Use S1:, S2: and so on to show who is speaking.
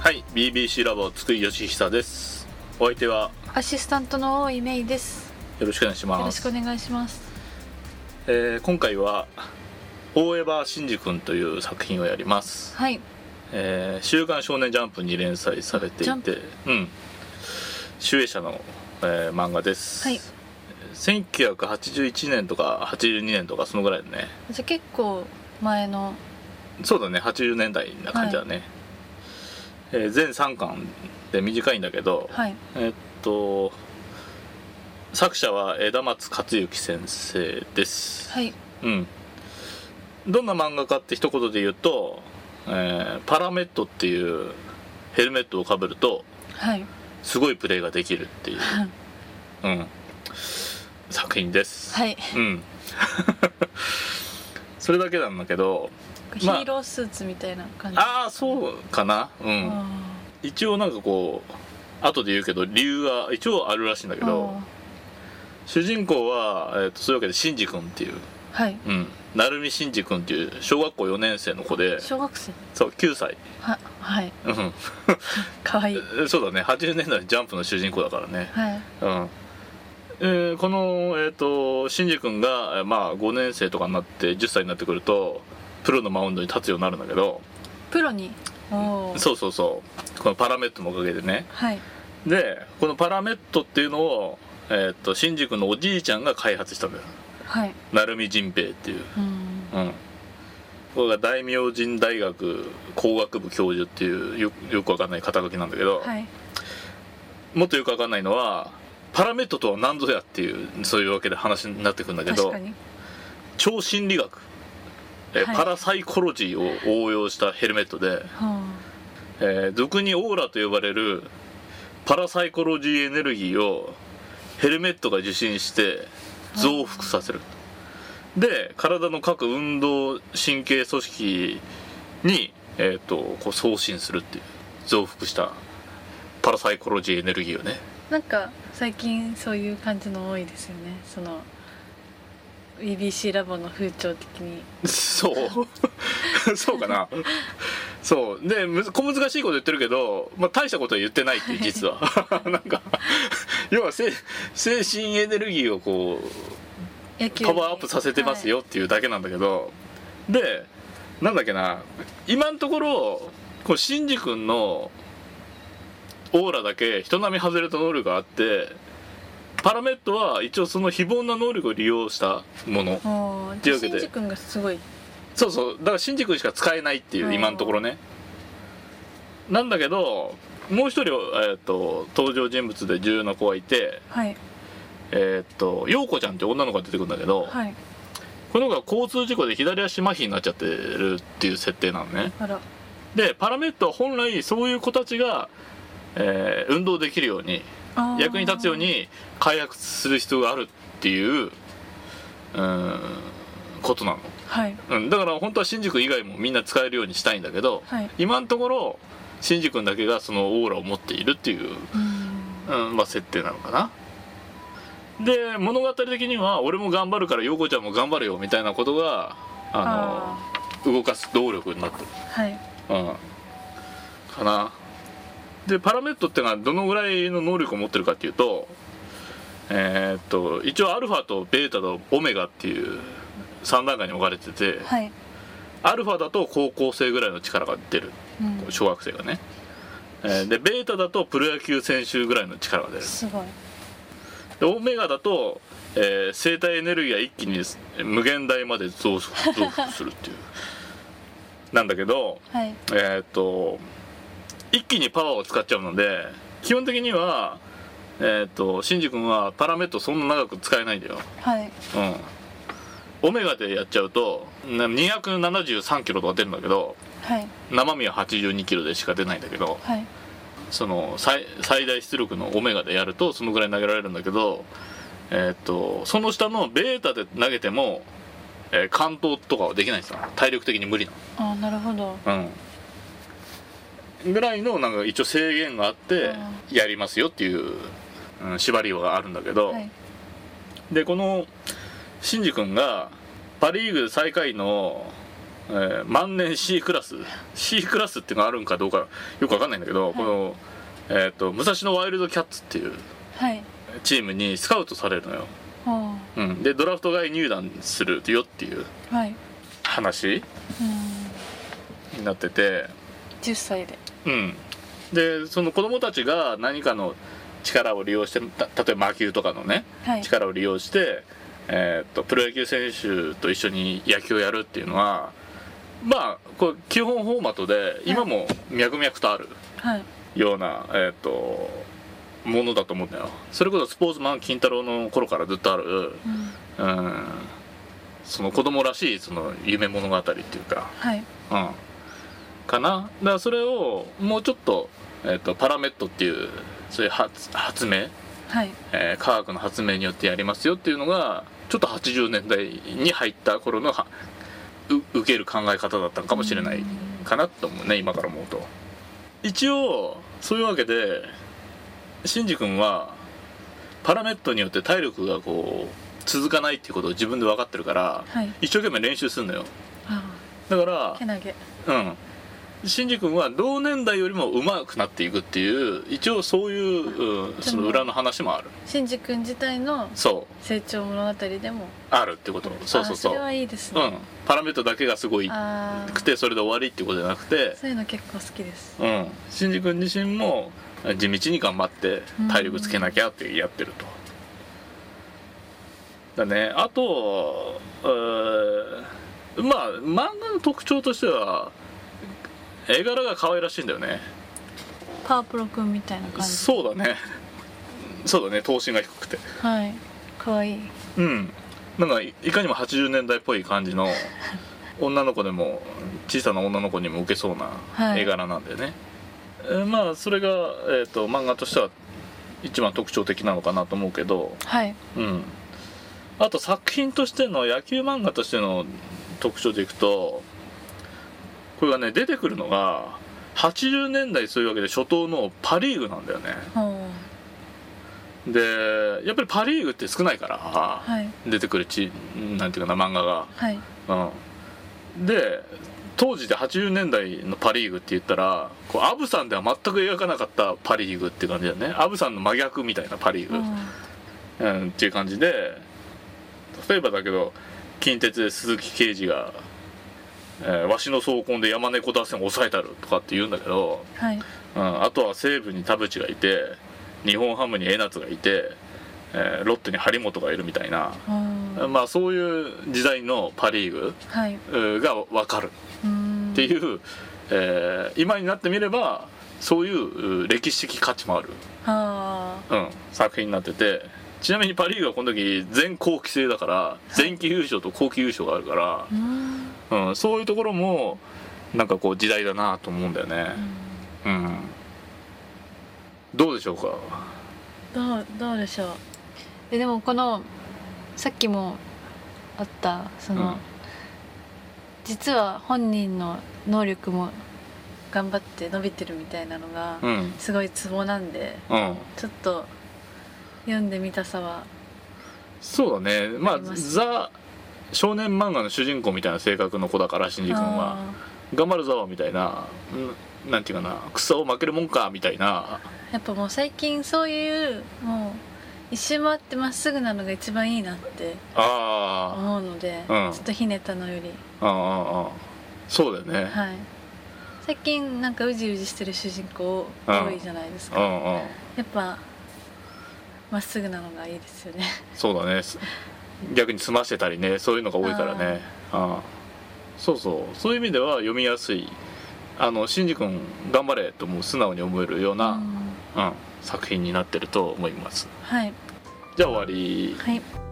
S1: はい、BBC ラボ津久井義久です。お相手は
S2: アシスタントの大井芽衣です。
S1: よろしくお願いし
S2: よろ
S1: ま
S2: し
S1: す。
S2: くお願いします。
S1: えー今回はフォーエバーシンジ君という作品をやります。
S2: はい、
S1: えー週刊少年ジャンプに連載されてい
S2: ジャン
S1: て、うん、集英社の、えー漫画です。
S2: はい
S1: 1981年とか82年とかそのぐらいだね。
S2: じゃあ結構前の
S1: そうだね80年代な感じだね、えー全3巻で短いんだけど、
S2: はい
S1: えっと作者は枝松克之先生です、
S2: はい
S1: うんどんな漫画かって一言で言うと、えーパラメットっていうヘルメットをかぶると
S2: はい
S1: すごいプレーができるっていう、うん、作品です、
S2: はい、
S1: うん、 それだけなんだけど
S2: ヒーロースーツみたいな感じ。
S1: ああそうかなうん、
S2: あ
S1: 一応なんかこう後で言うけど理由が一応あるらしいんだ
S2: ー
S1: けど主人公は、えー、とそういうわけでシンジ君っていう、
S2: あーはい、
S1: うん、成海シンジ君っていう小学校4年生の子で
S2: 小学生
S1: そう9歳、
S2: ははい
S1: うん
S2: 可愛いい
S1: えそうだね80年代のジャンプの主人公だからね、
S2: はい
S1: うんえーこの、えー、とシンジ君が、えーまあ、5年生とかになって10歳になってくるとプロのマウンドに立つようになるんだけど
S2: プロにおー
S1: そうそうそうこのパラメットのおかげでね
S2: はい
S1: でこのパラメットっていうのを、えーっと新宿のおじいちゃんが開発したんだよ
S2: はい
S1: 鳴海仁平っていう、
S2: うん
S1: うん、これが大明神大学工学部教授っていうよよくわかんない肩書きなんだけど、
S2: はい
S1: もっとよくわかんないのはパラメットとは何ぞやっていうそういうわけで話になってくるんだけ
S2: 確
S1: ど
S2: かに
S1: 超心理学えー
S2: はい
S1: パラサイコロジーを応用したヘルメットで、
S2: は
S1: えー俗にオーラと呼ばれるパラサイコロジーエネルギーをヘルメットが受信して増幅させるで体の各運動神経組織に、えー、とこう送信するっていう増幅したパラサイコロジーエネルギーをね
S2: あなんか最近そういう感じの多いですよねその BBC ラボの風潮的に
S1: そうそう かなそうでむず小難しいこと言ってるけど、まあ、大したことは言ってないっていう実はなんか要は精精神エネルギーをこう
S2: 野球
S1: パワーアップさせてますよっていうだけなんだけど、でなんだっけな今のところこうシンジ君のオーラだけ人並み外れた能力があってパラメットは一応その非凡な能力を利用したもの
S2: もう
S1: というわけで
S2: 新次君がすごい
S1: そうそうだから新宿しか使えないっていううん今のところねなんだけどもう一人、えー、と登場人物で重要な子がいて
S2: はい
S1: えっ、と陽子ちゃんって女の子が出てくるんだけど、
S2: はい
S1: この子が交通事故で左足麻痺になっちゃってるっていう設定なのね
S2: あら
S1: でパラメットは本来そういう子たちが、えー運動できるように
S2: あー
S1: 役に立つように開発する必要があるっていううーんことなの
S2: はい
S1: うん、だから本当は新宿以外もみんな使えるようにしたいんだけど、
S2: はい
S1: 今のところ新宿だけがそのオーラを持っているっていう、
S2: うーん
S1: うんまあ、設定なのかなで物語的には俺も頑張るから陽子ちゃんも頑張るよみたいなことがあ
S2: あ
S1: の動かす動力になってる
S2: ーはい
S1: うん、かなでパラメットってのはどのぐらいの能力を持ってるかっていうとえーっと一応アルファとベータとオメガっていう3段階に置かれてて、
S2: はい
S1: アルファだと高校生ぐらいの力が出る
S2: うん
S1: 小学生がね、えーでベータだとプロ野球選手ぐらいの力が出る
S2: すごい
S1: でオメガだと、えー生体エネルギーが一気に無限大まで増幅増幅するっていうなんだけど
S2: はい
S1: えーっと一気にパワーを使っちゃうので基本的にはえーっとシンジ君はパラメットそんな長く使えないんだよ
S2: はい
S1: うんオメガでやっちゃうとな273キロとか出るんだけど
S2: はい
S1: 生身は82キロでしか出ないんだけど
S2: はい
S1: その最最大出力のオメガでやるとそのぐらい投げられるんだけどえーっとその下のベータで投げても、えー完投とかはできないんですよ体力的に無理なの
S2: あーなるほど
S1: うん、ぐらいのなんか一応制限があってやりますよっていう、うん縛りはあるんだけど、
S2: はい
S1: でこのシンジ君がパ・リーグ最下位の、えー万年 C クラス C クラスっていうのがあるんかどうかよくわかんないんだけど、この、えー、と武蔵野ワイルドキャッツっていう
S2: はい
S1: チームにスカウトされるのよ、
S2: ほ
S1: うん、でドラフト外入団するよっていう
S2: うはい
S1: 話
S2: うん
S1: になってて
S2: 10歳で
S1: うんでその子供たちが何かの力を利用してた例えば魔球とかのね
S2: はい
S1: 力を利用して、えー、とプロ野球選手と一緒に野球をやるっていうのはまあこう基本フォーマットで今も脈々とある
S2: はい
S1: ような、えー、とものだと思うんだよそれこそスポーツマン金太郎の頃からずっとある、
S2: うん
S1: うん、その子供らしいその夢物語っていうか、
S2: はい
S1: うん、かなだからそれをもうちょっと,、えー、とパラメットっていうそういう発発明
S2: はい
S1: えー科学の発明によってやりますよっていうのがちょっと80年代に入った頃のはう受ける考え方だったのかもしれないかなと思うね今から思うと一応そういうわけでシンジ君はパラメットによって体力がこう続かないっていうことを自分で分かってるから
S2: はい
S1: 一生懸命練習するのよ
S2: あ
S1: だか
S2: あ
S1: ら
S2: けなげ
S1: うんシンジ君は同年代よりも上手くなっていくっていう一応そういう、うん、その裏の話もある
S2: シンジ君自体の
S1: そう
S2: 成長物語でも
S1: あるってことそうそうそ
S2: あ
S1: う
S2: それはいいです
S1: う
S2: ね、
S1: んパラメータだけがすごい
S2: ああ
S1: くてそれで終わりってことじゃなくて
S2: そういうの結構好きです
S1: うんシンジ君自身も地道に頑張って
S2: うん
S1: 体力つけなきゃってやってると、だねあとえーまあ漫画の特徴としては絵柄が可愛らしいんだよね
S2: パワープロ君みたいな感じ
S1: そうだねそうだね頭身が低くて
S2: はい可愛いい
S1: うんなんかいいかにも80年代っぽい感 じの女の子でも小さな女の子にも受けそうな
S2: はい
S1: 絵柄なんでね、えーまあそれが、えー、と漫画としては一番特徴的なのかなと思うけど、
S2: はい
S1: うん、あと作品としての野球漫画としての特徴でいくとこれがね出てくるのが80年代そういうわけで初頭のパ・リーグなんだよね
S2: ほ
S1: でやっぱりパ・リーグって少ないから、
S2: うはい
S1: 出てくるちなんていうかな漫画が、
S2: はい
S1: うん、で当時で80年代のパ・リーグって言ったらこうアブさんでは全く描かなかったパ・リーグって感じだよねアブさんの真逆みたいなパ・リー
S2: う
S1: グ、
S2: ん
S1: うんっていう感じで例えばだけど近鉄で鈴木刑事が、えーわしの走行で山猫打線を抑えたる」とかって言うんだけど、
S2: はい
S1: うん、あとは西武に田淵がいて日本ハムに江夏がいて、えーロッテに張本がいるみたいな。
S2: うん
S1: まあそういう時代のパ・リーグ
S2: はいう
S1: ーが分かる
S2: ーん
S1: っていう、えー今になってみればそういううー歴史的価値もある、
S2: あ
S1: うん、作品になっててちなみにパ・リーグはこの時全後期制だから前期優勝と後期優勝があるか
S2: あうーん
S1: ら、うん、そういうところもなんかこう時代だなと思うんだよね、うん、どうでしょうか
S2: どうどうでしょうえでもこのさっきもあったその、
S1: うん
S2: 実は本人の能力も頑張って伸びてるみたいなのが
S1: うん
S2: すごいツボなんで、
S1: うん
S2: ちょっと読んでみたさは
S1: そうだねま
S2: あ
S1: あ
S2: ります
S1: ザ少年漫画の主人公みたいな性格の子だから新次君は。
S2: あ
S1: 頑張るぞみたいな、んなんていうかな草を負けるもんかみたいな
S2: ーやっぱもう最近そういうもう一周回ってまっすぐなのが一番いいなって
S1: あー
S2: 思うので、
S1: うん
S2: ちょっとひねったのより
S1: あーあーあーそうだよね、
S2: はい最近なんかうじうじしてる主人公多いじゃないです
S1: う
S2: か
S1: んうん
S2: やっぱまっすぐなのがいいですよね
S1: そうだねす逆に済ませたりねそういうのが多いからねあーそうそうそういう意味では読みやすいあの新次君頑張れともう素直に思えるよう
S2: う
S1: な、
S2: ん
S1: うん、作品になってると思います
S2: はい
S1: じゃあ終わり
S2: はい